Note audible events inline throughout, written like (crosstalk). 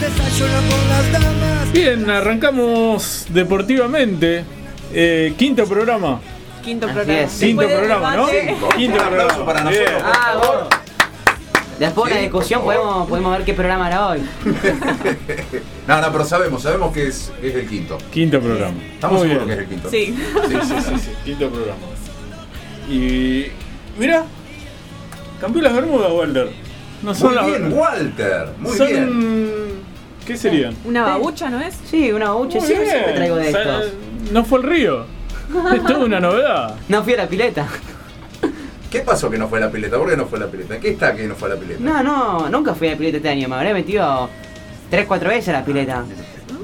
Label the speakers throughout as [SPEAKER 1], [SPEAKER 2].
[SPEAKER 1] desayuno con las damas.
[SPEAKER 2] Bien, arrancamos deportivamente. Eh, quinto programa.
[SPEAKER 3] Quinto
[SPEAKER 4] Así
[SPEAKER 3] programa.
[SPEAKER 4] es.
[SPEAKER 2] Quinto
[SPEAKER 3] Después del
[SPEAKER 2] programa, ¿no?
[SPEAKER 3] debate.
[SPEAKER 2] Quinto
[SPEAKER 5] Un aplauso
[SPEAKER 2] programa.
[SPEAKER 5] para
[SPEAKER 2] Bien.
[SPEAKER 5] nosotros.
[SPEAKER 4] Ah, vos. Después de la discusión podemos, podemos ver qué programa era hoy.
[SPEAKER 5] No, no, pero sabemos, sabemos que es, que es el quinto.
[SPEAKER 2] Quinto programa.
[SPEAKER 5] Estamos
[SPEAKER 2] Muy
[SPEAKER 5] seguros que es
[SPEAKER 2] bien.
[SPEAKER 5] el quinto.
[SPEAKER 3] Sí.
[SPEAKER 5] Sí, sí,
[SPEAKER 2] (laughs)
[SPEAKER 5] sí, sí.
[SPEAKER 2] Quinto programa. Y. Mira, cambió las bermudas, Walter. No son
[SPEAKER 5] Muy
[SPEAKER 2] las
[SPEAKER 5] bien,
[SPEAKER 2] bermudas.
[SPEAKER 5] Walter. Muy
[SPEAKER 2] son.
[SPEAKER 5] bien.
[SPEAKER 2] ¿Qué serían?
[SPEAKER 3] Una babucha, ¿no es?
[SPEAKER 4] Sí, una buche,
[SPEAKER 2] Muy
[SPEAKER 4] siempre,
[SPEAKER 2] bien.
[SPEAKER 4] siempre traigo de
[SPEAKER 2] O sea, eh,
[SPEAKER 4] estos.
[SPEAKER 2] No fue el río. Es toda una
[SPEAKER 5] (laughs)
[SPEAKER 2] novedad.
[SPEAKER 4] No fui a la pileta.
[SPEAKER 5] ¿Qué pasó que no fue la pileta? ¿Por qué no fue la pileta? ¿Qué está que no fue la pileta?
[SPEAKER 4] No, no, nunca fui a la pileta este año. Me habré metido 3, 4 veces a la pileta.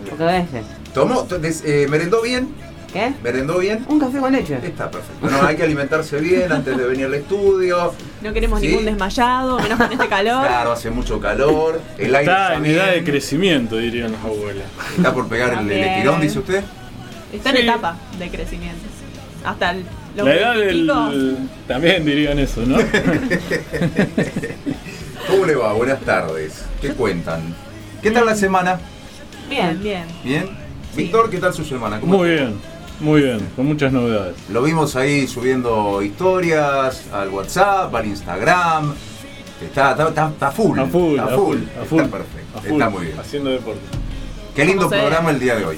[SPEAKER 4] Pocas veces.
[SPEAKER 5] ¿Tomó? t- des- eh, ¿Merendó bien?
[SPEAKER 4] ¿Qué?
[SPEAKER 5] ¿Merendó bien?
[SPEAKER 4] Un café con leche.
[SPEAKER 5] Está perfecto. No, hay que alimentarse bien antes de venir al estudio.
[SPEAKER 3] No queremos
[SPEAKER 5] Sí.
[SPEAKER 3] ningún desmayado, menos con este
[SPEAKER 5] (laughs)
[SPEAKER 3] calor.
[SPEAKER 5] Claro, hace mucho calor. El aire
[SPEAKER 2] Está en
[SPEAKER 5] bien.
[SPEAKER 2] edad de crecimiento, dirían las abuelas.
[SPEAKER 5] Está por pegar el, el
[SPEAKER 3] También.
[SPEAKER 5] estirón, dice usted.
[SPEAKER 3] Está en
[SPEAKER 2] Sí.
[SPEAKER 3] etapa de crecimiento. Hasta el, los
[SPEAKER 2] La edad del.
[SPEAKER 3] 25.
[SPEAKER 2] También dirían eso,
[SPEAKER 5] (laughs)
[SPEAKER 2] ¿no?
[SPEAKER 5] ¿Cómo le va? Buenas tardes. ¿Qué cuentan? ¿Qué tal la semana?
[SPEAKER 3] Bien,
[SPEAKER 4] Bien.
[SPEAKER 3] bien.
[SPEAKER 5] ¿Bien? Víctor, ¿qué tal su semana? ¿Cómo
[SPEAKER 2] Muy bien, muy bien, con muchas novedades.
[SPEAKER 5] Lo vimos ahí subiendo historias al WhatsApp, al Instagram. Está, está, está- está full.
[SPEAKER 2] A full,
[SPEAKER 5] Está
[SPEAKER 2] a full, a full.
[SPEAKER 5] Está perfecto.
[SPEAKER 2] a full,
[SPEAKER 5] Está muy bien.
[SPEAKER 2] Haciendo deporte.
[SPEAKER 5] Qué lindo
[SPEAKER 3] ¿Cómo se ve?
[SPEAKER 5] programa el día de hoy.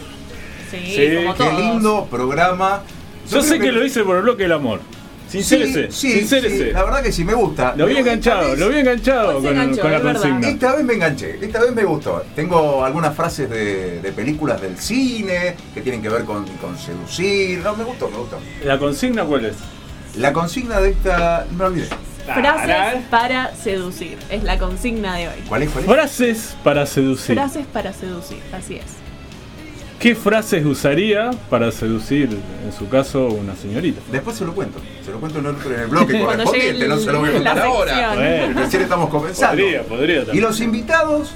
[SPEAKER 3] Sí,
[SPEAKER 2] Sí,
[SPEAKER 3] como
[SPEAKER 5] Qué
[SPEAKER 3] todos.
[SPEAKER 5] lindo programa.
[SPEAKER 2] Yo, sé
[SPEAKER 5] creo
[SPEAKER 2] que lo hice por el bloque del amor. Sincérese,
[SPEAKER 5] Sí, sí,
[SPEAKER 2] sincérese.
[SPEAKER 5] sí, La verdad que sí, me gusta.
[SPEAKER 2] Lo vi
[SPEAKER 5] Pero
[SPEAKER 2] enganchado,
[SPEAKER 5] esta
[SPEAKER 2] lo
[SPEAKER 5] vez-
[SPEAKER 2] vi enganchado
[SPEAKER 3] Hoy Pues se
[SPEAKER 2] con,
[SPEAKER 3] enganchó,
[SPEAKER 2] con la
[SPEAKER 3] es verdad. Este-
[SPEAKER 2] consigna.
[SPEAKER 5] Esta vez me enganché, esta vez me gustó. Tengo algunas frases de, de películas del cine que tienen que ver con, con seducir. No, me gustó, me gustó.
[SPEAKER 2] ¿La consigna cuál es?
[SPEAKER 5] La consigna de esta. No me olvidé.
[SPEAKER 3] Frases para seducir. Es la consigna de hoy.
[SPEAKER 5] ¿Cuál es? ¿Cuál es?
[SPEAKER 2] Frases para seducir.
[SPEAKER 3] Frases para seducir, así es.
[SPEAKER 2] ¿Qué frases usaría para seducir, en su caso, una señorita?
[SPEAKER 5] Después se lo cuento. Se lo cuento en el, en el bloque
[SPEAKER 3] (laughs) Cuando
[SPEAKER 5] correspondiente,
[SPEAKER 3] llegue
[SPEAKER 5] este no se lo voy a
[SPEAKER 3] la
[SPEAKER 5] contar ahora.
[SPEAKER 3] sección. (laughs)
[SPEAKER 2] Bueno,
[SPEAKER 5] Recién estamos comenzando.
[SPEAKER 2] podría, podría
[SPEAKER 5] ¿Y
[SPEAKER 2] también.
[SPEAKER 5] los invitados?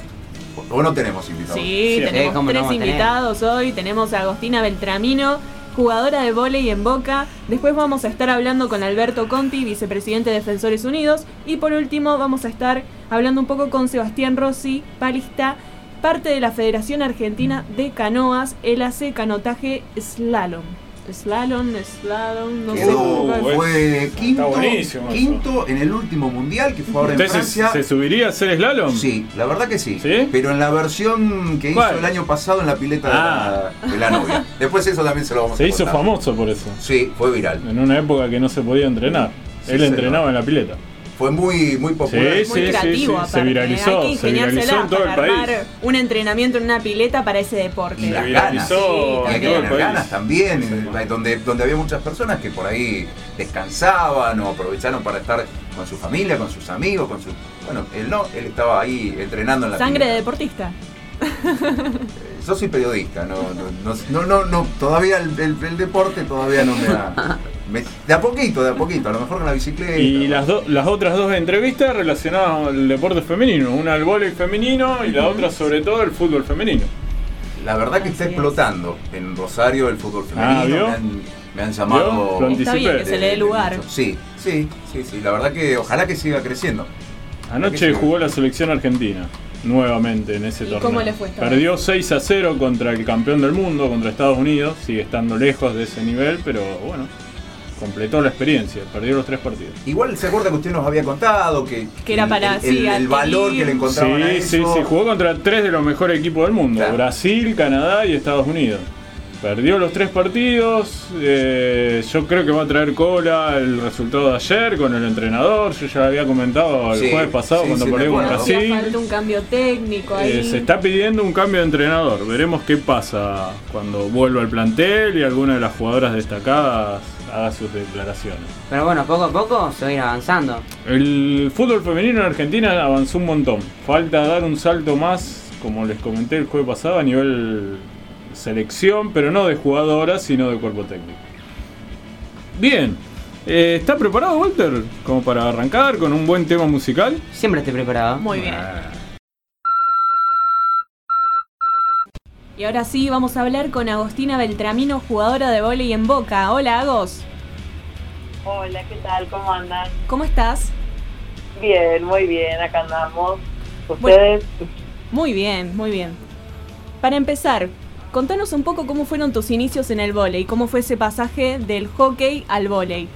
[SPEAKER 5] ¿O no tenemos invitados?
[SPEAKER 3] Sí,
[SPEAKER 2] Siempre.
[SPEAKER 4] Sí,
[SPEAKER 3] tenemos
[SPEAKER 4] cómo no
[SPEAKER 3] tres
[SPEAKER 4] vamos a tener.
[SPEAKER 3] invitados hoy. Tenemos a Agostina Beltramino, jugadora de vóley en Boca. Después vamos a estar hablando con Alberto Conti, vicepresidente de Defensores Unidos. Y por último vamos a estar hablando un poco con Sebastián Rossi, palista, parte de la Federación Argentina de Canoas. Él hace canotaje slalom. Slalom, slalom, no sé.
[SPEAKER 5] Quedó,
[SPEAKER 2] Uh,
[SPEAKER 3] cómo es.
[SPEAKER 5] fue quinto,
[SPEAKER 2] buenísimo eso.
[SPEAKER 5] quinto en el último mundial que fue ahora en
[SPEAKER 2] ¿Usted se,
[SPEAKER 5] Francia.
[SPEAKER 2] se subiría a hacer slalom?
[SPEAKER 5] Sí, la verdad que sí.
[SPEAKER 2] ¿Sí?
[SPEAKER 5] Pero en la versión que hizo
[SPEAKER 2] ¿Cuál?
[SPEAKER 5] el año pasado en la pileta
[SPEAKER 2] Ah.
[SPEAKER 5] de, la, de la novia. Después eso también se lo vamos
[SPEAKER 2] Se
[SPEAKER 5] a
[SPEAKER 2] hizo
[SPEAKER 5] contar.
[SPEAKER 2] famoso por eso.
[SPEAKER 5] Sí, fue viral.
[SPEAKER 2] En una época que no se podía entrenar.
[SPEAKER 5] Sí,
[SPEAKER 2] Él
[SPEAKER 5] señor.
[SPEAKER 2] entrenaba en la pileta.
[SPEAKER 5] Fue muy, muy popular.
[SPEAKER 2] Sí,
[SPEAKER 3] Muy
[SPEAKER 2] sí,
[SPEAKER 3] creativo,
[SPEAKER 2] sí, se
[SPEAKER 3] aparte. ¿eh?
[SPEAKER 2] viralizó,
[SPEAKER 3] Hay que
[SPEAKER 2] se
[SPEAKER 3] ingeniársela
[SPEAKER 2] viralizó en todo
[SPEAKER 3] para
[SPEAKER 2] el país.
[SPEAKER 3] armar Un entrenamiento en una pileta para ese deporte.
[SPEAKER 5] Y
[SPEAKER 2] Se
[SPEAKER 5] las
[SPEAKER 2] viralizó
[SPEAKER 3] ganas.
[SPEAKER 5] Y hay
[SPEAKER 2] en
[SPEAKER 5] que
[SPEAKER 2] todo el
[SPEAKER 5] tener ganas
[SPEAKER 2] país.
[SPEAKER 5] también, eh, donde, donde había muchas personas que por ahí descansaban o aprovecharon para estar con su familia, con sus amigos, con su... Bueno, él no, él estaba ahí entrenando en la...
[SPEAKER 3] Sangre de deportista.
[SPEAKER 5] pileta. Eh, Yo soy periodista, no, no, no, no, no, todavía el, el- el deporte todavía no me
[SPEAKER 3] (laughs)
[SPEAKER 5] da... me- de a poquito, de a poquito, a lo mejor con la bicicleta.
[SPEAKER 2] Y las, do- las otras dos entrevistas relacionadas al deporte femenino, una al vóley femenino y la otra sobre todo al fútbol femenino.
[SPEAKER 5] La verdad que está
[SPEAKER 3] Así es.
[SPEAKER 5] explotando en Rosario el fútbol femenino.
[SPEAKER 2] Ah, ¿vio?
[SPEAKER 5] me, han, me han llamado...
[SPEAKER 2] Lo
[SPEAKER 3] Está bien que se le dé lugar.
[SPEAKER 5] Sí, sí, sí, sí. La verdad que ojalá que siga creciendo.
[SPEAKER 2] Anoche jugó la selección argentina nuevamente en ese
[SPEAKER 3] ¿Y
[SPEAKER 2] torneo.
[SPEAKER 3] cómo le fue esta vez?
[SPEAKER 2] Perdió 6 a 0 contra el campeón del mundo, contra Estados Unidos, sigue estando lejos de ese nivel, pero bueno, completó la experiencia, perdió los tres partidos.
[SPEAKER 5] Igual se acuerda que usted nos había contado que,
[SPEAKER 3] Que era para,
[SPEAKER 5] el,
[SPEAKER 3] sí,
[SPEAKER 5] el- el
[SPEAKER 3] adquirir.
[SPEAKER 5] valor que le encontraban a
[SPEAKER 2] Sí,
[SPEAKER 5] eso.
[SPEAKER 2] sí, sí, jugó contra tres de los mejores equipos del mundo,
[SPEAKER 5] Claro.
[SPEAKER 2] Brasil, Canadá y Estados Unidos. Perdió los tres partidos, eh, yo creo que va a traer cola el resultado de ayer con el entrenador, yo ya lo había comentado el
[SPEAKER 5] Sí,
[SPEAKER 2] jueves pasado
[SPEAKER 5] sí,
[SPEAKER 2] cuando
[SPEAKER 5] sí, me
[SPEAKER 2] perdió con
[SPEAKER 5] acuerdo.
[SPEAKER 3] Hacía
[SPEAKER 2] Brasil.
[SPEAKER 3] falta un cambio técnico ahí.
[SPEAKER 2] Eh, se está pidiendo un cambio de entrenador. Veremos qué pasa cuando vuelva al plantel y alguna de las jugadoras destacadas haga sus declaraciones.
[SPEAKER 4] Pero bueno, poco a poco se va a ir avanzando.
[SPEAKER 2] El fútbol femenino en Argentina avanzó un montón. Falta dar un salto más, como les comenté el jueves pasado, a nivel selección, pero no de jugadoras, sino de cuerpo técnico. Bien. Eh, ¿Está preparado Walter? Como para arrancar con un buen tema musical.
[SPEAKER 4] Siempre estoy preparado.
[SPEAKER 3] Muy bien.
[SPEAKER 2] Ah.
[SPEAKER 3] Y ahora sí, vamos a hablar con Agostina Beltramino, jugadora de vóley en Boca. Hola, Agos.
[SPEAKER 6] Hola, ¿qué tal? ¿Cómo andan?
[SPEAKER 3] ¿Cómo estás?
[SPEAKER 6] Bien, muy bien, acá andamos.
[SPEAKER 3] Bueno.
[SPEAKER 6] ¿Ustedes?
[SPEAKER 3] Muy bien, muy bien. Para empezar, contanos un poco cómo fueron tus inicios en el vóley, cómo fue ese pasaje del hockey al vóley.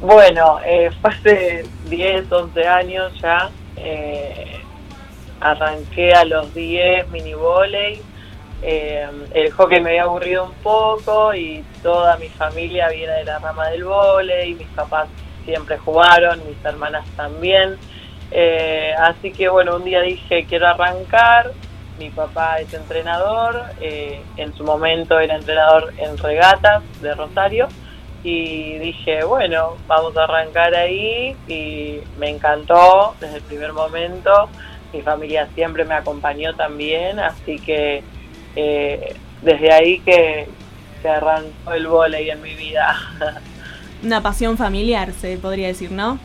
[SPEAKER 6] Bueno, eh, fue hace 10, 11 años ya. eh, arranqué a los 10 mini volei. eh, el hockey me había aburrido un poco y toda mi familia viene de la rama del volei. Mis papás siempre jugaron, mis hermanas también. Eh, así que bueno, un día dije quiero arrancar. Mi papá es entrenador, eh, en su momento era entrenador en regatas de Rosario y dije, bueno, vamos a arrancar ahí y me encantó desde el primer momento. Mi familia siempre me acompañó también, así que eh, desde ahí que se arrancó el volei en mi vida. (laughs)
[SPEAKER 3] Una pasión familiar, se podría decir, ¿no?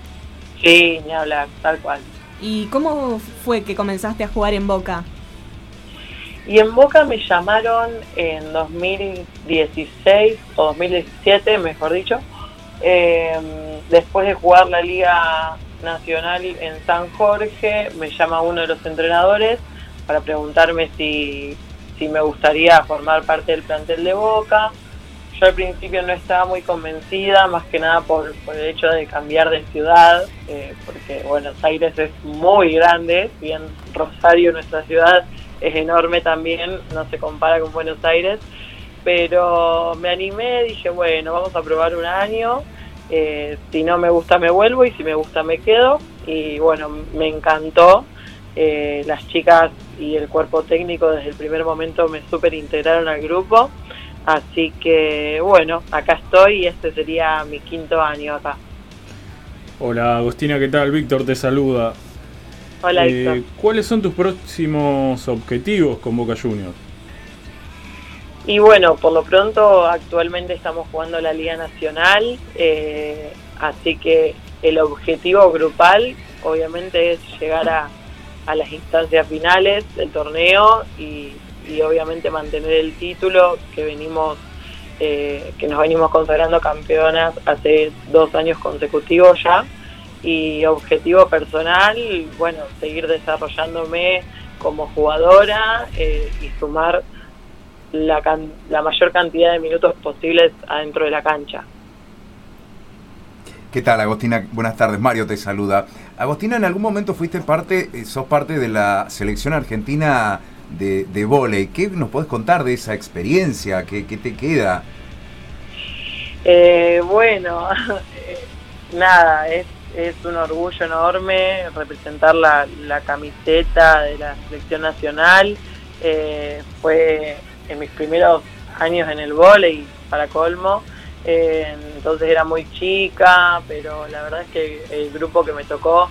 [SPEAKER 6] sí, ni hablar, tal cual.
[SPEAKER 3] ¿Y cómo fue que comenzaste a jugar en Boca?
[SPEAKER 6] Y en Boca me llamaron en 2016 o 2017, mejor dicho, eh, después de jugar la Liga Nacional en San Jorge, me llama uno de los entrenadores para preguntarme si, si me gustaría formar parte del plantel de Boca. Yo al principio no estaba muy convencida, más que nada por, por el hecho de cambiar de ciudad, eh, porque Buenos Aires es muy grande, si bien Rosario, nuestra ciudad, es enorme también, no se compara con Buenos Aires, pero me animé, dije, bueno, vamos a probar un año, eh, si no me gusta me vuelvo y si me gusta me quedo, y bueno, me encantó, eh, las chicas y el cuerpo técnico desde el primer momento me super integraron al grupo, así que bueno, acá estoy y este sería mi quinto año acá.
[SPEAKER 2] Hola Agostina, ¿qué tal? Víctor te saluda.
[SPEAKER 6] Hola,
[SPEAKER 2] Eh,
[SPEAKER 6] Héctor.
[SPEAKER 2] ¿Cuáles son tus próximos objetivos con Boca Juniors?
[SPEAKER 6] Y bueno, por lo pronto actualmente estamos jugando la Liga Nacional, eh, así que el objetivo grupal obviamente es llegar a, a las instancias finales del torneo y, y obviamente mantener el título que venimos eh, que nos venimos consagrando campeonas hace dos años consecutivos ya y objetivo personal bueno seguir desarrollándome como jugadora eh, y sumar la, can- la mayor cantidad de minutos posibles adentro de la cancha.
[SPEAKER 5] ¿Qué tal, Agostina? Buenas tardes, Mario te saluda. Agostina, en algún momento fuiste parte, eh, sos parte de la selección argentina de, de vóley. ¿Qué nos podés contar de esa experiencia? ¿Qué, qué te queda?
[SPEAKER 6] Eh, bueno, (laughs) eh, nada, es, es un orgullo enorme representar la, la camiseta de la selección nacional. Eh, fue en mis primeros años en el vóley, para colmo. Eh, entonces era muy chica, pero la verdad es que el grupo que me tocó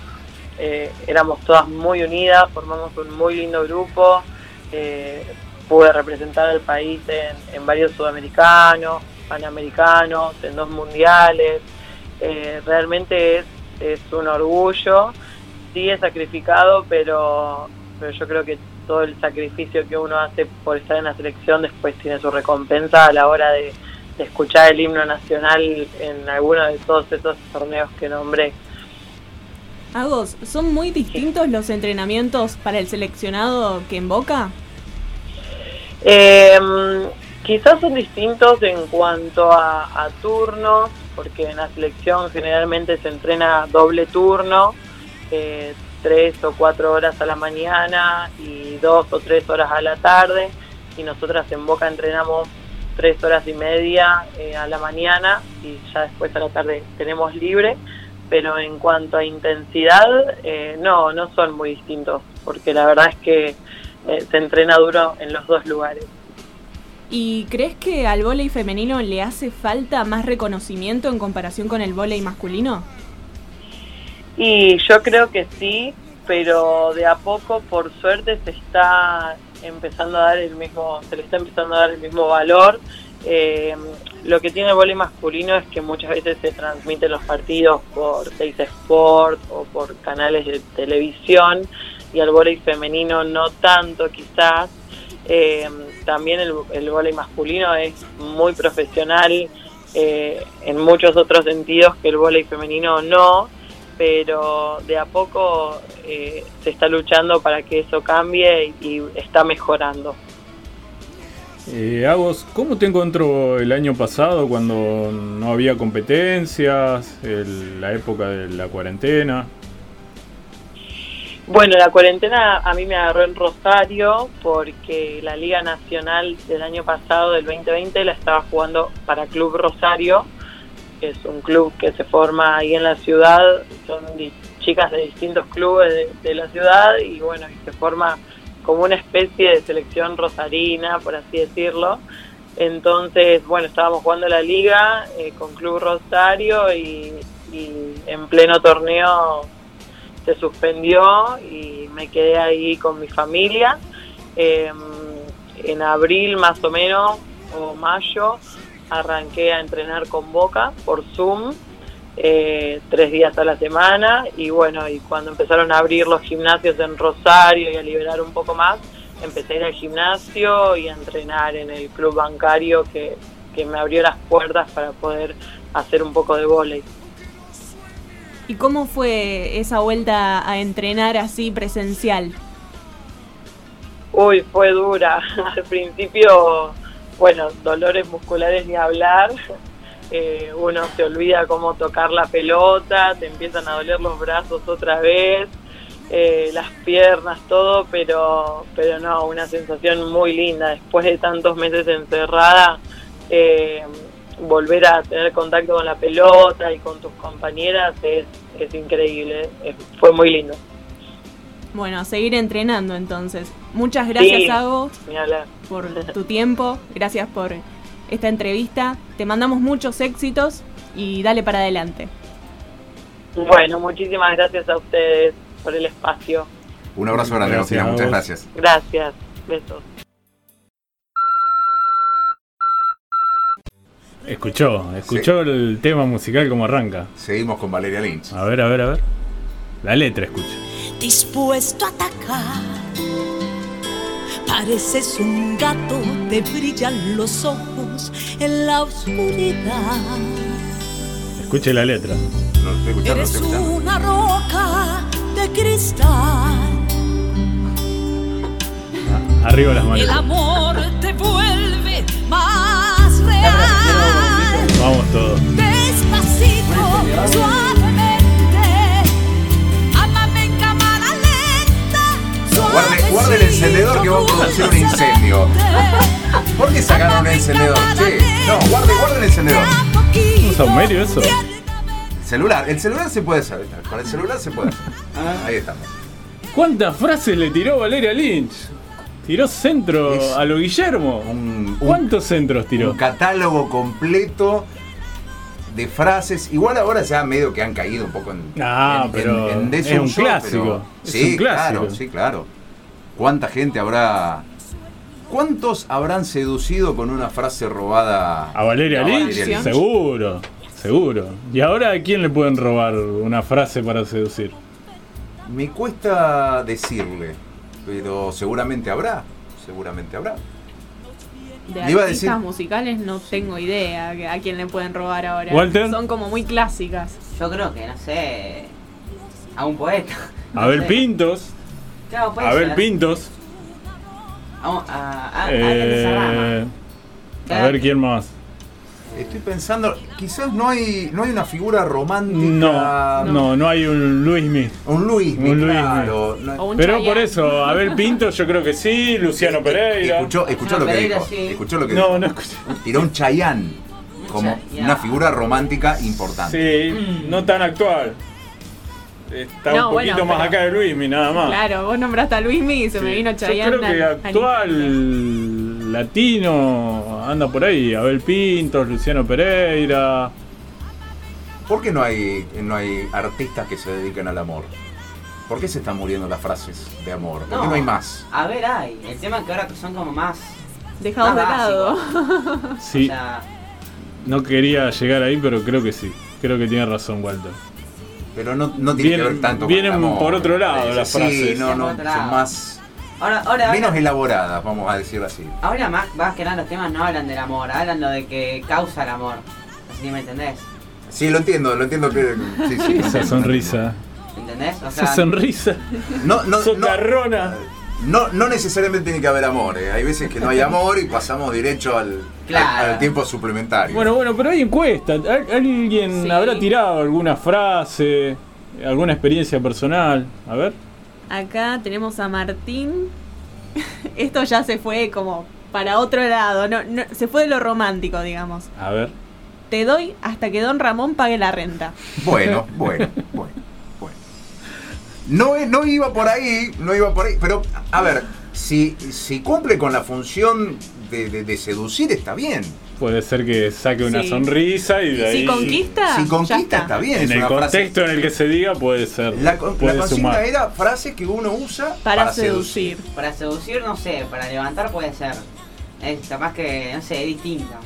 [SPEAKER 6] eh, éramos todas muy unidas, formamos un muy lindo grupo. Eh, pude representar al país en, en varios sudamericanos, panamericanos, en dos mundiales. Eh, realmente es, es un orgullo. Sí es sacrificado, pero, pero yo creo que todo el sacrificio que uno hace por estar en la selección después tiene su recompensa a la hora de, de escuchar el himno nacional en alguno de todos esos torneos que nombré.
[SPEAKER 3] Agos, ¿son muy distintos los entrenamientos para el seleccionado que en Boca?
[SPEAKER 6] Eh, quizás son distintos en cuanto a, a turnos, porque en la selección generalmente se entrena doble turno, eh, tres o cuatro horas a la mañana y dos o tres horas a la tarde, y nosotras en Boca entrenamos tres horas y media eh, a la mañana y ya después a la tarde tenemos libre, pero en cuanto a intensidad, eh, no, no son muy distintos, porque la verdad es que eh, se entrena duro en los dos lugares.
[SPEAKER 3] ¿Y crees que al vóley femenino le hace falta más reconocimiento en comparación con el vóley masculino?
[SPEAKER 6] Y yo creo que sí, pero de a poco, por suerte, se está empezando a dar el mismo, se le está empezando a dar el mismo valor. Eh, lo que tiene el vóley masculino es que muchas veces se transmiten los partidos por Seis Sport o por canales de televisión y al vóley femenino no tanto quizás. Eh, también el, el vóley masculino es muy profesional eh, en muchos otros sentidos que el vóley femenino no pero de a poco eh, se está luchando para que eso cambie y, y está mejorando.
[SPEAKER 2] Eh, Agos, ¿cómo te encontró el año pasado cuando no había competencias, el- la época de la cuarentena?
[SPEAKER 6] Bueno, la cuarentena a mí me agarró en Rosario porque la Liga Nacional del año pasado, del 2020, la estaba jugando para Club Rosario, que es un club que se forma ahí en la ciudad, son di- chicas de distintos clubes de, de la ciudad y bueno, y se forma como una especie de selección rosarina, por así decirlo. Entonces, bueno, estábamos jugando la liga eh, con Club Rosario y- y en pleno torneo se suspendió y me quedé ahí con mi familia. Eh, en abril más o menos, o mayo, arranqué a entrenar con Boca por Zoom, eh, tres días a la semana. Y bueno, y cuando empezaron a abrir los gimnasios en Rosario y a liberar un poco más, empecé a ir al gimnasio y a entrenar en el club bancario que, que me abrió las puertas para poder hacer un poco de vóley.
[SPEAKER 3] ¿Y cómo fue esa vuelta a entrenar así presencial?
[SPEAKER 6] Uy, fue dura. (laughs) Al principio, bueno, dolores musculares ni hablar. (laughs) Eh, uno se olvida cómo tocar la pelota, te empiezan a doler los brazos otra vez, eh, las piernas, todo, pero, pero no, una sensación muy linda. Después de tantos meses encerrada, eh, volver a tener contacto con la pelota y con tus compañeras es, es increíble. Es- fue muy lindo.
[SPEAKER 3] Bueno, a seguir entrenando entonces. Muchas gracias,
[SPEAKER 6] Sí.
[SPEAKER 3] Agos,
[SPEAKER 6] Ni hablar.
[SPEAKER 3] por tu tiempo. Gracias por esta entrevista. Te mandamos muchos éxitos y dale para adelante.
[SPEAKER 6] Bueno, muchísimas gracias a ustedes por el espacio.
[SPEAKER 5] Un abrazo grande,
[SPEAKER 2] Gracias
[SPEAKER 5] Agostina,
[SPEAKER 2] a
[SPEAKER 5] muchas
[SPEAKER 2] vos.
[SPEAKER 5] gracias.
[SPEAKER 6] Gracias. Besos.
[SPEAKER 2] Escuchó, escuchó el tema musical como arranca.
[SPEAKER 5] Seguimos con Valeria Lynch.
[SPEAKER 2] A ver, a ver, a ver. La letra escucha.
[SPEAKER 7] dispuesto a atacar. Pareces un gato, te brillan los ojos en la oscuridad.
[SPEAKER 2] Escuche la letra.
[SPEAKER 5] Lo estoy escuchando, lo
[SPEAKER 7] Eres
[SPEAKER 5] estoy escuchando.
[SPEAKER 7] una roca de cristal.
[SPEAKER 2] Arriba las manos.
[SPEAKER 7] El amor te vuelve más real.
[SPEAKER 2] Vamos todos.
[SPEAKER 7] Despacito, suavemente. Ámame en cámara lenta.
[SPEAKER 5] Guarde- guarde el
[SPEAKER 7] suavecito,
[SPEAKER 5] encendedor que va a producir un incendio.
[SPEAKER 7] dulcemente.
[SPEAKER 5] ¿Por qué sacaron el encendedor? Che, no, guarde, guarde el encendedor.
[SPEAKER 2] ¿Un saumerio eso?
[SPEAKER 5] Celular, el celular se puede hacer. Con el celular se puede hacer. Ahí estamos.
[SPEAKER 2] ¿Cuántas frases le tiró Valeria Lynch? Tiró centro
[SPEAKER 5] Es
[SPEAKER 2] a lo Guillermo.
[SPEAKER 5] un- un-
[SPEAKER 2] ¿Cuántos centros tiró?
[SPEAKER 5] Un catálogo completo de frases. Igual ahora ya medio que han caído un poco en.
[SPEAKER 2] Ah,
[SPEAKER 5] en-
[SPEAKER 2] pero es
[SPEAKER 5] desuso,
[SPEAKER 2] un clásico,
[SPEAKER 5] pero-
[SPEAKER 2] es
[SPEAKER 5] sí,
[SPEAKER 2] un clásico.
[SPEAKER 5] claro, sí, claro. ¿Cuánta gente habrá. ¿Cuántos habrán seducido con una frase robada?
[SPEAKER 2] A Valeria
[SPEAKER 5] A
[SPEAKER 2] Lynch,
[SPEAKER 5] Valeria Lynch.
[SPEAKER 2] seguro, seguro. ¿Y ahora a quién le pueden robar una frase para seducir?
[SPEAKER 5] Me cuesta decirle, pero seguramente habrá. Seguramente habrá.
[SPEAKER 3] De
[SPEAKER 5] Le iba a
[SPEAKER 3] artistas
[SPEAKER 5] decir-
[SPEAKER 3] musicales no tengo idea a quién le pueden robar ahora.
[SPEAKER 2] Walter.
[SPEAKER 3] Son como muy clásicas.
[SPEAKER 4] Yo creo que, no sé. A un poeta. No
[SPEAKER 2] Abel
[SPEAKER 4] sé.
[SPEAKER 2] Pintos,
[SPEAKER 4] Claro, puede
[SPEAKER 2] Abel
[SPEAKER 4] ser.
[SPEAKER 2] Pintos.
[SPEAKER 4] A, un- a, a, a alguien de esa rama.
[SPEAKER 2] eh, a ver quién más.
[SPEAKER 5] Estoy pensando, quizás no hay, no hay una figura romántica.
[SPEAKER 2] No, no, no hay un Luismi.
[SPEAKER 5] Un Luis,
[SPEAKER 2] Un Luis,
[SPEAKER 5] claro. no-
[SPEAKER 3] O un
[SPEAKER 2] Pero
[SPEAKER 3] Chayanne.
[SPEAKER 2] por eso, Abel Pintos yo creo que sí, Luciano Pereira.
[SPEAKER 5] Escuchó, escuchó
[SPEAKER 4] Ah,
[SPEAKER 5] lo que
[SPEAKER 4] Pereira,
[SPEAKER 5] dijo.
[SPEAKER 4] sí.
[SPEAKER 5] Escuchó lo que
[SPEAKER 2] No,
[SPEAKER 5] dijo.
[SPEAKER 2] no escuché.
[SPEAKER 5] Tiró un Chayán como
[SPEAKER 4] Chayanne.
[SPEAKER 5] una figura romántica importante.
[SPEAKER 2] Sí, no tan actual. Está
[SPEAKER 3] No,
[SPEAKER 2] un poquito
[SPEAKER 3] bueno,
[SPEAKER 2] más
[SPEAKER 3] pero-
[SPEAKER 2] acá de Luismi, nada más.
[SPEAKER 3] Claro, vos nombraste a Luismi y se me
[SPEAKER 2] Ah. Sí.
[SPEAKER 3] vino Chayanne.
[SPEAKER 2] Yo creo que
[SPEAKER 3] al- al instante.
[SPEAKER 2] actual latino anda por ahí, Abel Pintos, Luciano Pereira.
[SPEAKER 5] ¿Por qué no hay, no hay artistas que se dediquen al amor? ¿Por qué se están muriendo las frases de amor? ¿Por qué no hay más?
[SPEAKER 4] A ver, hay. El tema es que ahora son como más.
[SPEAKER 3] Dejados de
[SPEAKER 4] más
[SPEAKER 3] lado.
[SPEAKER 4] básicos.
[SPEAKER 2] Sí,
[SPEAKER 4] O sea,
[SPEAKER 2] no quería llegar ahí, pero creo que sí. Creo que tiene razón Walter.
[SPEAKER 5] Pero no, no tiene que
[SPEAKER 2] Vienen-
[SPEAKER 5] ver tanto
[SPEAKER 2] vienen
[SPEAKER 5] con el amor.
[SPEAKER 2] por otro lado
[SPEAKER 5] Sí,
[SPEAKER 2] las
[SPEAKER 5] sí,
[SPEAKER 2] frases.
[SPEAKER 5] no, no,
[SPEAKER 4] Por
[SPEAKER 5] son
[SPEAKER 4] otro lado.
[SPEAKER 5] más,
[SPEAKER 4] ahora, ahora,
[SPEAKER 5] menos
[SPEAKER 4] ahora,
[SPEAKER 5] elaboradas, vamos a decirlo así.
[SPEAKER 4] ahora más, más que nada los temas no hablan del amor, hablan lo de que causa el amor. Así me entendés. O
[SPEAKER 5] Sí, lo entiendo, lo entiendo. pero- sí, sí, lo (laughs)
[SPEAKER 2] Esa
[SPEAKER 5] entiendo.
[SPEAKER 2] sonrisa.
[SPEAKER 4] ¿Entendés? O
[SPEAKER 2] Esa
[SPEAKER 4] sea,
[SPEAKER 2] sonrisa.
[SPEAKER 5] No, no, no,
[SPEAKER 2] Socarrona.
[SPEAKER 5] no, no necesariamente tiene que haber amor. eh. Hay veces que no hay amor y pasamos derecho al,
[SPEAKER 4] Claro.
[SPEAKER 5] al- al tiempo suplementario.
[SPEAKER 2] Bueno, bueno, pero hay encuesta. Al- Alguien
[SPEAKER 3] Sí.
[SPEAKER 2] habrá tirado alguna frase, alguna experiencia personal. A ver.
[SPEAKER 3] (laughs) Acá tenemos a Martín. (laughs) Esto ya se fue como para otro lado. No, no- se fue de lo romántico, digamos.
[SPEAKER 2] A ver.
[SPEAKER 3] Te doy hasta que Don Ramón pague la renta.
[SPEAKER 5] Bueno, bueno, bueno, bueno. No, es- no iba por ahí, no iba por ahí, pero a ver, si, si cumple con la función de, de- de seducir, está bien.
[SPEAKER 2] Puede ser que saque una
[SPEAKER 3] Sí.
[SPEAKER 2] sonrisa y de ahí.
[SPEAKER 3] Si conquista,
[SPEAKER 5] Si
[SPEAKER 3] ya
[SPEAKER 5] conquista,
[SPEAKER 3] está.
[SPEAKER 5] está bien.
[SPEAKER 2] En
[SPEAKER 5] es
[SPEAKER 2] el
[SPEAKER 5] una frase-
[SPEAKER 2] contexto en el que se diga puede ser.
[SPEAKER 5] La, con- la
[SPEAKER 2] puede
[SPEAKER 5] consigna
[SPEAKER 2] sumar.
[SPEAKER 5] era frases que uno usa
[SPEAKER 3] Para, seducir.
[SPEAKER 4] para seducir, no sé, para levantar puede ser. Es capaz que, no sé, es distinta.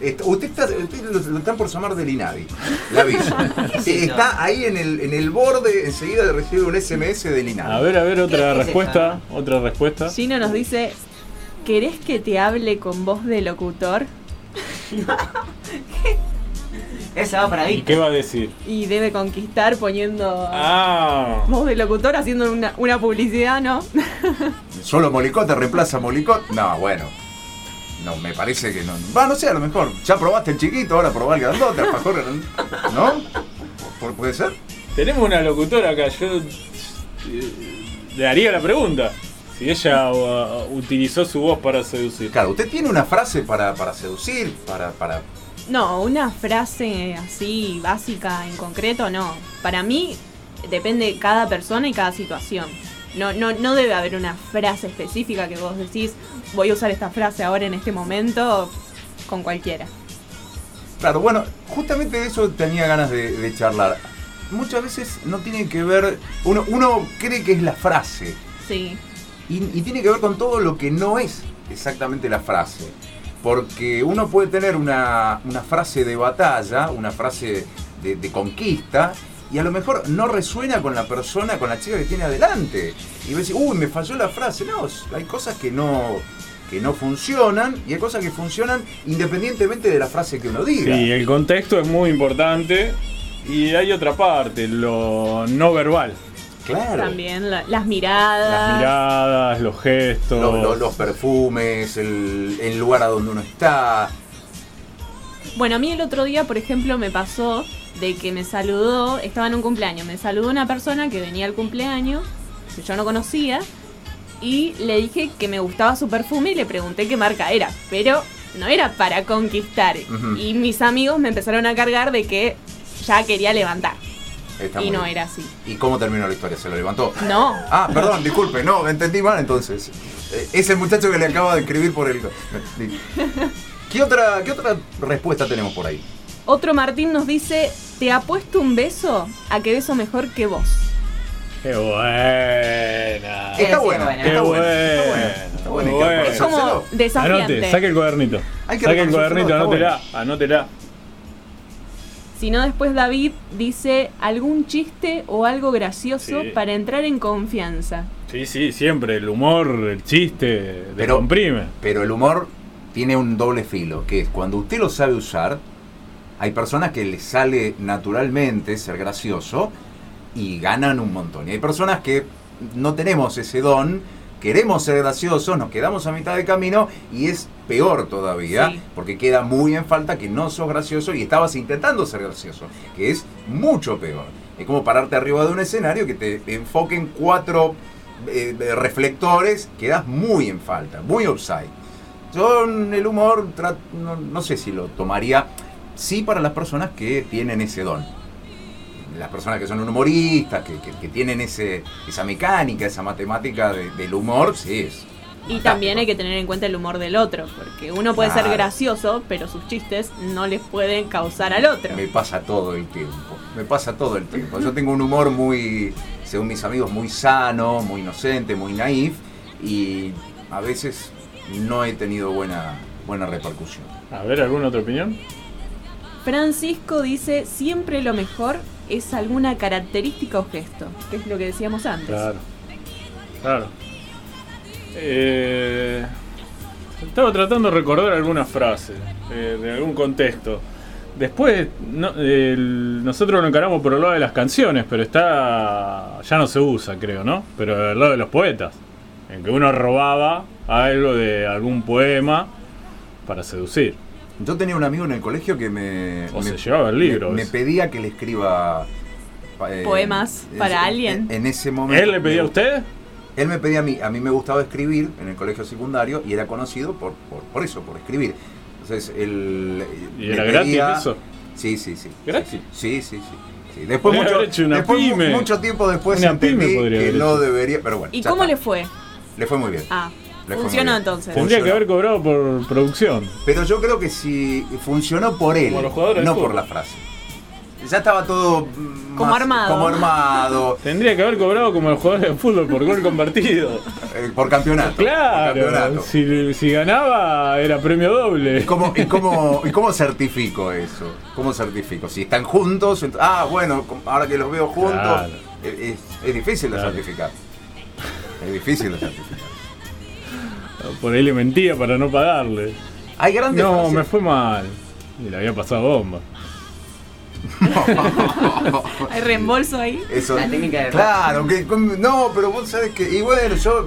[SPEAKER 5] Est- Usted, está, usted lo, lo están por llamar del INADI, la aviso.
[SPEAKER 3] (laughs)
[SPEAKER 5] Eh, está ahí en el, en el borde, enseguida recibe un SMS del INADI.
[SPEAKER 2] A ver, a ver, otra
[SPEAKER 4] ¿Qué es
[SPEAKER 2] respuesta. Otra respuesta.
[SPEAKER 3] Gino nos dice, ¿querés que te hable con voz de locutor?
[SPEAKER 4] Esa va para
[SPEAKER 2] ¿Y
[SPEAKER 4] Víctor.
[SPEAKER 2] qué va a decir?
[SPEAKER 3] Y debe conquistar poniendo
[SPEAKER 2] Ah.
[SPEAKER 3] voz de locutor, haciendo una, una publicidad, ¿no?
[SPEAKER 5] Solo Molicot te reemplaza a Molicot. No, bueno. No, me parece que no. Va, no sé, a lo mejor. Ya probaste el chiquito, ahora probá el grandote, alfajor gran- ¿No? ¿Pu- ¿Puede ser?
[SPEAKER 2] Tenemos una locutora acá, yo eh, le haría la pregunta. Si ella uh, utilizó su voz para seducir.
[SPEAKER 5] Claro, usted tiene una frase para, para seducir, para, para.
[SPEAKER 3] No, una frase así básica en concreto, no. Para mí depende de cada persona y cada situación. No, no, no debe haber una frase específica que vos decís, voy a usar esta frase ahora en este momento con cualquiera.
[SPEAKER 5] Claro, bueno, justamente de eso tenía ganas de, de charlar. Muchas veces no tiene que ver. Uno, uno cree que es la frase.
[SPEAKER 3] Sí.
[SPEAKER 5] Y, y tiene que ver con todo lo que no es exactamente la frase. Porque uno puede tener una, una frase de batalla, una frase de, de conquista, y a lo mejor no resuena con la persona, con la chica que tiene adelante. Y ves, uy, me falló la frase. No, hay cosas que no, que no funcionan y hay cosas que funcionan independientemente de la frase que uno diga.
[SPEAKER 2] Sí, el contexto es muy importante. Y hay otra parte, lo no verbal.
[SPEAKER 5] claro.
[SPEAKER 3] También la- las miradas.
[SPEAKER 4] Ah.
[SPEAKER 2] Las miradas, los gestos.
[SPEAKER 5] Lo- lo- los perfumes, el, el lugar a donde uno está.
[SPEAKER 3] Bueno, a mí el otro día, por ejemplo, me pasó de que me saludó, estaba en un cumpleaños, me saludó una persona que venía al cumpleaños, que yo no conocía, y le dije que me gustaba su perfume y le pregunté qué marca era, pero no era para conquistar.
[SPEAKER 5] Ujú.
[SPEAKER 3] Y mis amigos me empezaron a cargar de que ya quería levantar,
[SPEAKER 5] Está
[SPEAKER 3] y
[SPEAKER 5] muy
[SPEAKER 3] no
[SPEAKER 5] bien.
[SPEAKER 3] era así.
[SPEAKER 5] ¿Y cómo terminó la historia? ¿Se lo levantó?
[SPEAKER 3] No.
[SPEAKER 5] Ah,
[SPEAKER 3] (laughs)
[SPEAKER 5] perdón, disculpe, no, me entendí mal entonces. Eh, Es el muchacho que le acabo de escribir por el. ¿Qué otra, ¿Qué otra respuesta tenemos por ahí?
[SPEAKER 3] Otro Martín nos dice, te apuesto un beso a que beso mejor que vos.
[SPEAKER 2] Qué buena.
[SPEAKER 4] Eh,
[SPEAKER 5] Está
[SPEAKER 4] sí,
[SPEAKER 5] buena,
[SPEAKER 4] buena.
[SPEAKER 5] está
[SPEAKER 2] Qué
[SPEAKER 5] buena.
[SPEAKER 2] buena.
[SPEAKER 5] Está buena. Está buena. hay que
[SPEAKER 2] Bueno.
[SPEAKER 3] Es como
[SPEAKER 5] reconocérselo.
[SPEAKER 3] desafiante.
[SPEAKER 2] Anote, saque el cuadernito.
[SPEAKER 5] Hay que
[SPEAKER 2] Saque el
[SPEAKER 5] reconocerlo,
[SPEAKER 2] cuadernito,
[SPEAKER 5] está
[SPEAKER 2] anótela,
[SPEAKER 5] bueno.
[SPEAKER 2] anótela.
[SPEAKER 3] Si no, después David dice algún chiste o algo gracioso
[SPEAKER 2] Sí.
[SPEAKER 3] para entrar en confianza.
[SPEAKER 2] Sí, sí, siempre, el humor, el chiste,
[SPEAKER 5] Pero-
[SPEAKER 2] descomprime.
[SPEAKER 5] Pero el humor tiene un doble filo, que es cuando usted lo sabe usar, hay personas que les sale naturalmente ser gracioso y ganan un montón. Y hay personas que no tenemos ese don, queremos ser graciosos, nos quedamos a mitad de camino y es peor todavía,
[SPEAKER 3] Sí.
[SPEAKER 5] porque queda muy en falta que no sos gracioso y estabas intentando ser gracioso, que es mucho peor. Es como pararte arriba de un escenario que te enfoquen cuatro eh, reflectores, quedas muy en falta, muy offside. Yo en el humor tra- no, no sé si lo tomaría, sí para las personas que tienen ese don. Las personas que son humoristas, que, que- que tienen ese, esa mecánica, esa matemática de- del humor, sí es.
[SPEAKER 3] Y
[SPEAKER 5] fantástico.
[SPEAKER 3] también hay que tener en cuenta el humor del otro, porque uno puede ser
[SPEAKER 5] Claro.
[SPEAKER 3] gracioso, pero sus chistes no les pueden causar al otro.
[SPEAKER 5] Me pasa todo el tiempo, me pasa todo el tiempo. Yo tengo un humor muy, según mis amigos, muy sano, muy inocente, muy naif y a veces no he tenido buena, buena repercusión.
[SPEAKER 2] A ver, ¿alguna otra opinión?
[SPEAKER 3] Francisco dice, siempre lo mejor es alguna característica o gesto, que es lo que decíamos antes.
[SPEAKER 2] Claro. Claro. Eh, estaba tratando de recordar alguna frase eh, de algún contexto. Después, no- el- nosotros lo encaramos por el lado de las canciones, pero está. ya no se usa, creo, ¿no? Pero del lado de los poetas. En que uno robaba algo de algún poema para seducir.
[SPEAKER 5] Yo tenía un amigo en el colegio que me.
[SPEAKER 2] O
[SPEAKER 5] me-
[SPEAKER 2] se llevaba el libro,
[SPEAKER 5] Me, me
[SPEAKER 2] ese.
[SPEAKER 5] pedía que le escriba. pa- eh,
[SPEAKER 3] Poemas para alguien.
[SPEAKER 5] En ese momento.
[SPEAKER 2] ¿Él le pedía a usted?
[SPEAKER 5] Él me pedía a mí, a mí me gustaba escribir en el colegio secundario y era conocido por, por, por eso, por escribir. Entonces él.
[SPEAKER 2] ¿Y
[SPEAKER 5] me
[SPEAKER 2] era gratis
[SPEAKER 5] pedía-
[SPEAKER 2] eso?
[SPEAKER 5] Sí, sí, sí.
[SPEAKER 2] ¿Gratis?
[SPEAKER 5] Sí, sí, sí. sí. Después,
[SPEAKER 2] Podría
[SPEAKER 5] mucho,
[SPEAKER 2] haber hecho una
[SPEAKER 5] después mu-
[SPEAKER 2] pyme.
[SPEAKER 5] mucho tiempo después
[SPEAKER 2] Una
[SPEAKER 5] entendí
[SPEAKER 2] pyme podría
[SPEAKER 5] que
[SPEAKER 2] haber
[SPEAKER 5] no
[SPEAKER 2] hecho.
[SPEAKER 5] debería, pero bueno.
[SPEAKER 3] ¿Y
[SPEAKER 5] ya
[SPEAKER 3] cómo
[SPEAKER 5] está.
[SPEAKER 3] le fue?
[SPEAKER 5] Le fue muy bien.
[SPEAKER 3] Ah,
[SPEAKER 5] Le fue muy
[SPEAKER 3] funcionó
[SPEAKER 5] bien.
[SPEAKER 3] entonces.
[SPEAKER 5] Fun-
[SPEAKER 2] Tendría que haber cobrado por producción.
[SPEAKER 5] Pero yo creo que si funcionó por él,
[SPEAKER 2] Como los jugadores de
[SPEAKER 5] no
[SPEAKER 2] fútbol.
[SPEAKER 5] por la frase. Ya estaba todo mm,
[SPEAKER 3] Como armado.
[SPEAKER 5] Como armado,
[SPEAKER 2] Tendría que haber cobrado como los jugadores de fútbol por gol convertido.
[SPEAKER 5] eh, (laughs) por campeonato. Por
[SPEAKER 2] Claro,
[SPEAKER 5] campeonato.
[SPEAKER 2] si, si ganaba era premio doble.
[SPEAKER 5] ¿Y cómo, y, cómo, ¿Y cómo certifico eso? ¿Cómo certifico? Si están juntos, ent- ah, bueno, com- ahora que los veo juntos,
[SPEAKER 2] Claro.
[SPEAKER 5] eh, es, es difícil de
[SPEAKER 2] Claro.
[SPEAKER 5] certificar. Es difícil de certificar.
[SPEAKER 2] Por ahí le mentía para no pagarle.
[SPEAKER 5] Hay grandes
[SPEAKER 2] No,
[SPEAKER 5] frases-
[SPEAKER 2] me fue mal. Y le había pasado bomba.
[SPEAKER 3] ¿Hay reembolso ahí?
[SPEAKER 5] Eso.
[SPEAKER 4] La técnica de-
[SPEAKER 5] Claro, que no, pero vos sabés que. Y bueno, yo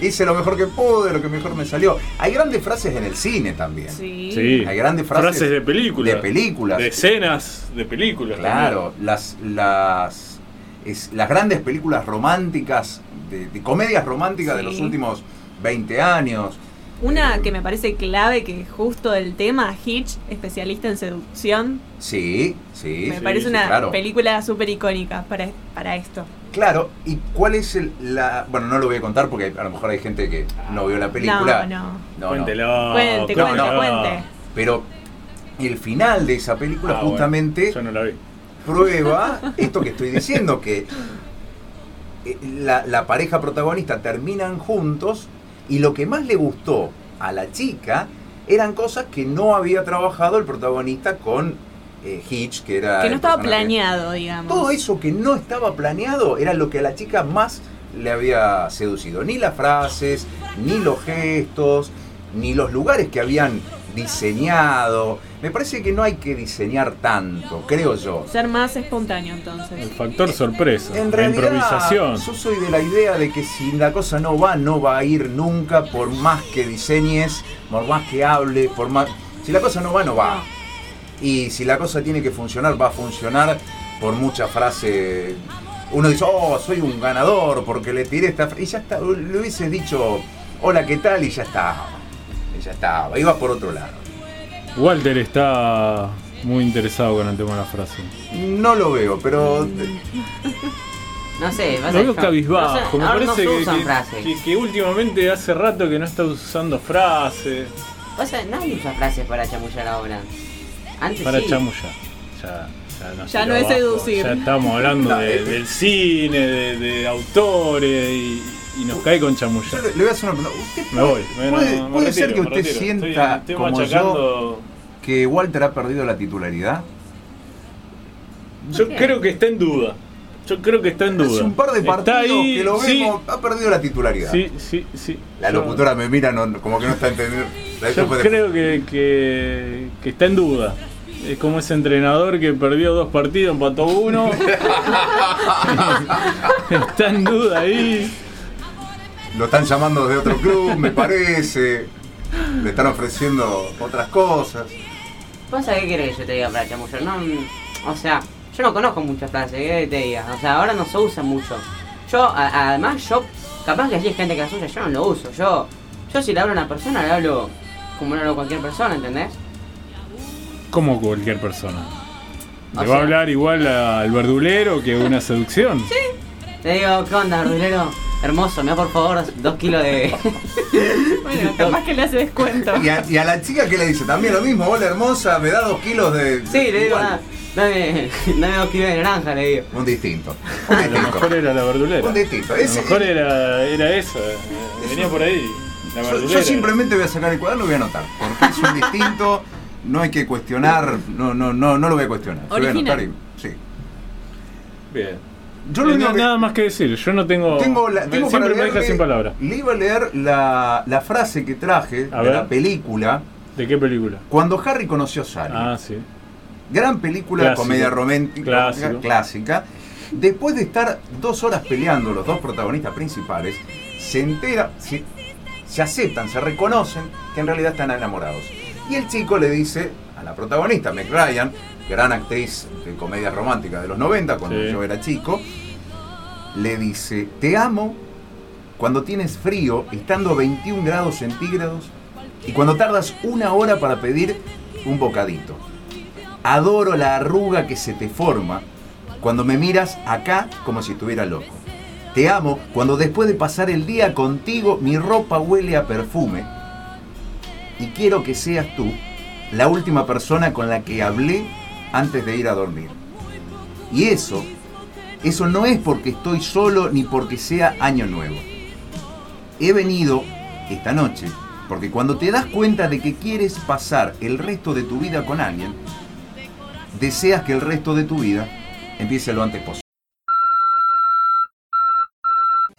[SPEAKER 5] hice lo mejor que pude, lo que mejor me salió. Hay grandes frases en el cine también.
[SPEAKER 3] Sí.
[SPEAKER 2] Sí.
[SPEAKER 5] Hay grandes frases
[SPEAKER 2] de películas.
[SPEAKER 5] de películas.
[SPEAKER 2] De escenas de películas.
[SPEAKER 5] Claro, las las es- las grandes películas románticas de, de comedias románticas de
[SPEAKER 3] Sí.
[SPEAKER 5] los últimos 20 años. Eh,
[SPEAKER 3] Una que me parece clave, que es justo del tema, Hitch, especialista en seducción.
[SPEAKER 5] Sí, sí.
[SPEAKER 3] me
[SPEAKER 2] sí,
[SPEAKER 3] parece
[SPEAKER 2] sí,
[SPEAKER 3] una
[SPEAKER 5] claro.
[SPEAKER 3] película súper icónica para, para esto.
[SPEAKER 5] Claro, ¿y cuál es el- la bueno, no lo voy a contar porque a lo mejor hay gente que no vio la película.
[SPEAKER 3] No, no.
[SPEAKER 5] No, no.
[SPEAKER 2] Cuéntelo.
[SPEAKER 3] cuente,
[SPEAKER 5] no,
[SPEAKER 3] cuente,
[SPEAKER 5] no.
[SPEAKER 3] cuente.
[SPEAKER 5] Pero el final de esa película
[SPEAKER 2] Ah, bueno,
[SPEAKER 5] justamente
[SPEAKER 2] yo no la vi.
[SPEAKER 5] prueba esto que estoy diciendo, que eh, la, la pareja protagonista terminan juntos y lo que más le gustó a la chica eran cosas que no había trabajado el protagonista con eh, Hitch, que era...
[SPEAKER 3] Que no
[SPEAKER 5] el
[SPEAKER 3] estaba
[SPEAKER 5] personaje.
[SPEAKER 3] planeado, digamos.
[SPEAKER 5] Todo eso que no estaba planeado era lo que a la chica más le había seducido. Ni las frases, ni los gestos, ni los lugares que habían diseñado. Me parece que no hay que diseñar tanto, creo yo.
[SPEAKER 3] Ser más espontáneo entonces.
[SPEAKER 2] El factor sorpresa.
[SPEAKER 5] En
[SPEAKER 2] la
[SPEAKER 5] realidad,
[SPEAKER 2] improvisación.
[SPEAKER 5] yo soy de la idea de que si la cosa no va, no va a ir nunca, por más que diseñes, por más que hables, por más... Si la cosa no va, no va. Y si la cosa tiene que funcionar, va a funcionar por mucha frase... Uno dice, oh, soy un ganador porque le tiré esta... fra-". Y ya está, le hubiese dicho, hola, ¿qué tal? Y ya estaba. Y ya estaba, iba por otro lado.
[SPEAKER 2] Walter está muy interesado con el tema de la frase.
[SPEAKER 5] No lo veo, pero...
[SPEAKER 4] No sé, vas
[SPEAKER 2] Lo
[SPEAKER 4] a
[SPEAKER 2] veo cabizbajo.
[SPEAKER 4] No sé,
[SPEAKER 2] Me
[SPEAKER 4] ahora
[SPEAKER 2] parece
[SPEAKER 4] no se
[SPEAKER 2] que,
[SPEAKER 4] usan
[SPEAKER 2] que-
[SPEAKER 4] frases.
[SPEAKER 2] que- que últimamente hace rato que no está usando frases
[SPEAKER 4] O sea, nadie usa frases para chamullar ahora. Antes
[SPEAKER 2] para
[SPEAKER 4] sí.
[SPEAKER 2] chamullar. Ya, ya no,
[SPEAKER 3] Ya
[SPEAKER 2] tiró
[SPEAKER 3] no es
[SPEAKER 2] abajo.
[SPEAKER 3] seducir.
[SPEAKER 2] Ya estamos hablando
[SPEAKER 5] (laughs) No,
[SPEAKER 2] de-
[SPEAKER 5] eh.
[SPEAKER 2] del cine, de, de autores y, y nos cae con chamullar.
[SPEAKER 5] Yo le, le voy a hacer una pregunta. ¿Usted
[SPEAKER 2] Me voy.
[SPEAKER 5] puede,
[SPEAKER 2] me- no,
[SPEAKER 5] puede-
[SPEAKER 2] me
[SPEAKER 5] puede ser que
[SPEAKER 2] retiro, me
[SPEAKER 5] usted
[SPEAKER 2] retiro. Estoy-
[SPEAKER 5] sienta
[SPEAKER 2] estoy
[SPEAKER 5] como yo
[SPEAKER 2] machacando.
[SPEAKER 5] que Walter ha perdido la titularidad?
[SPEAKER 2] Yo creo que está en duda. Yo creo que está en duda.
[SPEAKER 5] Hace un par de
[SPEAKER 2] Está
[SPEAKER 5] partidos
[SPEAKER 2] ahí,
[SPEAKER 5] que lo
[SPEAKER 2] sí,
[SPEAKER 5] vemos, ha perdido la titularidad.
[SPEAKER 2] Sí, sí, sí.
[SPEAKER 5] La
[SPEAKER 2] Yo-
[SPEAKER 5] locutora me mira no- no, como que no está entendiendo. La-
[SPEAKER 2] Yo
[SPEAKER 5] puede-
[SPEAKER 2] creo que, que, que está en duda. Es como ese entrenador que perdió dos partidos, empató
[SPEAKER 5] (laughs)
[SPEAKER 2] uno. está en duda ahí.
[SPEAKER 5] Lo están llamando de otro club, me parece. Le están ofreciendo otras cosas.
[SPEAKER 4] ¿Vos sabés qué querés que yo te diga para chamullar? No, mm, o sea, yo no conozco muchas frases, ¿qué te diga? O sea, ahora no se usa mucho. Yo, a- además, yo, capaz que así es gente que las usa, yo no lo uso. Yo, yo si le hablo a una persona, le hablo como le hablo a cualquier persona, ¿entendés?
[SPEAKER 2] Como cualquier persona. Le
[SPEAKER 4] O
[SPEAKER 2] va
[SPEAKER 4] sea-
[SPEAKER 2] a hablar igual al verdulero que una seducción.
[SPEAKER 4] Te digo, ¿qué onda, rulero? Hermoso, me da por favor dos kilos de...
[SPEAKER 3] (laughs)
[SPEAKER 4] (laughs)
[SPEAKER 3] Bueno, capaz que le hace descuento.
[SPEAKER 5] Y a, y a la chica que le dice también lo mismo, hola hermosa, me da dos kilos de.
[SPEAKER 4] sí, le digo,
[SPEAKER 5] Igual.
[SPEAKER 4] "Ah, dame, dame dos kilos de naranja, le digo.
[SPEAKER 5] Un distinto. Un
[SPEAKER 2] A Ah, lo
[SPEAKER 5] distinto.
[SPEAKER 2] mejor era la verdulera.
[SPEAKER 5] Un distinto.
[SPEAKER 2] A lo
[SPEAKER 5] Ese-
[SPEAKER 2] mejor era, era esa. Venía por ahí. La
[SPEAKER 5] Yo- Yo,
[SPEAKER 2] verdulera.
[SPEAKER 5] simplemente voy a sacar el cuaderno y voy a anotar. Porque es un distinto, no hay que cuestionar, no, no, no, no lo voy a cuestionar. Lo voy a
[SPEAKER 3] Original.
[SPEAKER 5] anotar y- sí.
[SPEAKER 2] Bien.
[SPEAKER 5] Yo lo
[SPEAKER 2] Eh,
[SPEAKER 5] único
[SPEAKER 2] no,
[SPEAKER 5] que-
[SPEAKER 2] Nada más que decir. Yo no tengo.
[SPEAKER 5] tengo, la, tengo
[SPEAKER 2] siempre
[SPEAKER 5] para
[SPEAKER 2] me deja
[SPEAKER 5] leerle-
[SPEAKER 2] sin palabras.
[SPEAKER 5] Le iba a leer la, la frase que traje
[SPEAKER 2] A
[SPEAKER 5] de
[SPEAKER 2] ver.
[SPEAKER 5] la película
[SPEAKER 2] ¿De qué película?
[SPEAKER 5] cuando Harry conoció a Sally.
[SPEAKER 2] Ah, sí.
[SPEAKER 5] gran película de
[SPEAKER 2] Clásico.
[SPEAKER 5] comedia romántica
[SPEAKER 2] Clásico.
[SPEAKER 5] clásica. Después de estar dos horas peleando los dos protagonistas principales, se entera, se, se aceptan, se reconocen que en realidad están enamorados. Y el chico le dice a la protagonista, Meg Ryan, gran actriz de comedia romántica de los 90, cuando
[SPEAKER 2] Sí.
[SPEAKER 5] yo era chico, le dice, te amo cuando tienes frío, estando a 21 grados centígrados, y cuando tardas una hora para pedir un bocadito. Adoro la arruga que se te forma cuando me miras acá como si estuviera loco. Te amo cuando después de pasar el día contigo mi ropa huele a perfume. Y quiero que seas tú la última persona con la que hablé antes de ir a dormir. Y eso, eso no es porque estoy solo ni porque sea año nuevo. He venido esta noche porque cuando te das cuenta de que quieres pasar el resto de tu vida con alguien, deseas que el resto de tu vida empiece lo antes posible.